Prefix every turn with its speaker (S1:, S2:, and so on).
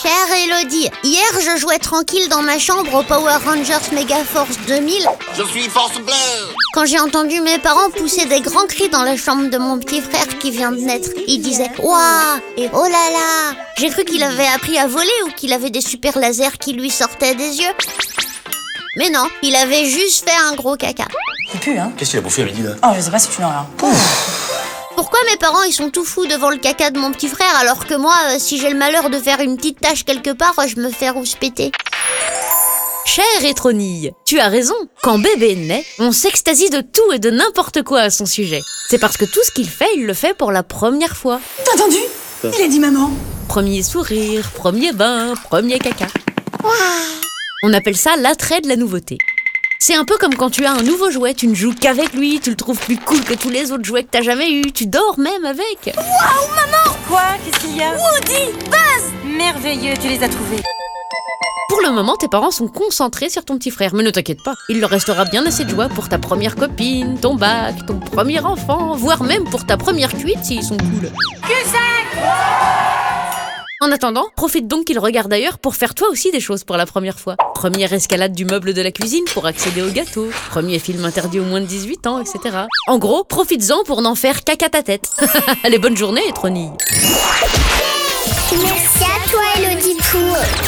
S1: Chère Elodie, hier je jouais tranquille dans ma chambre au Power Rangers Megaforce 2000
S2: Je suis force bleue
S1: quand j'ai entendu mes parents pousser des grands cris dans la chambre de mon petit frère qui vient de naître. Il disait Ouah et Oh là là J'ai cru qu'il avait appris à voler ou qu'il avait des super lasers qui lui sortaient des yeux. Mais non, il avait juste fait un gros caca.
S3: Il pue, hein
S2: Qu'est-ce qu'il a bouffé à midi là
S3: Oh, je sais pas si tu l'as.
S1: Pourquoi mes parents ils sont tout fous devant le caca de mon petit frère alors que moi, euh, si j'ai le malheur de faire une petite tâche quelque part, euh, je me fais rouspéter
S4: Chère Étronille, tu as raison. Quand bébé naît, on s'extasie de tout et de n'importe quoi à son sujet. C'est parce que tout ce qu'il fait, il le fait pour la première fois.
S3: T'as entendu Il a dit maman.
S4: Premier sourire, premier bain, premier caca. On appelle ça l'attrait de la nouveauté. C'est un peu comme quand tu as un nouveau jouet, tu ne joues qu'avec lui, tu le trouves plus cool que tous les autres jouets que t'as jamais eu, tu dors même avec.
S5: Quoi Qu'est-ce qu'il y a Woody Buzz Merveilleux, tu les as trouvés.
S4: Pour le moment, tes parents sont concentrés sur ton petit frère, mais ne t'inquiète pas, il leur restera bien assez de joie pour ta première copine, ton bac, ton premier enfant, voire même pour ta première cuite s'ils sont cool. En attendant, profite donc qu'ils regardent ailleurs pour faire toi aussi des choses pour la première fois. Première escalade du meuble de la cuisine pour accéder au gâteau, premier film interdit aux moins de 18 ans, etc. En gros, profites-en pour n'en faire caca ta tête. Allez, bonne journée, Tronille
S6: Merci à toi, Élodie Pou.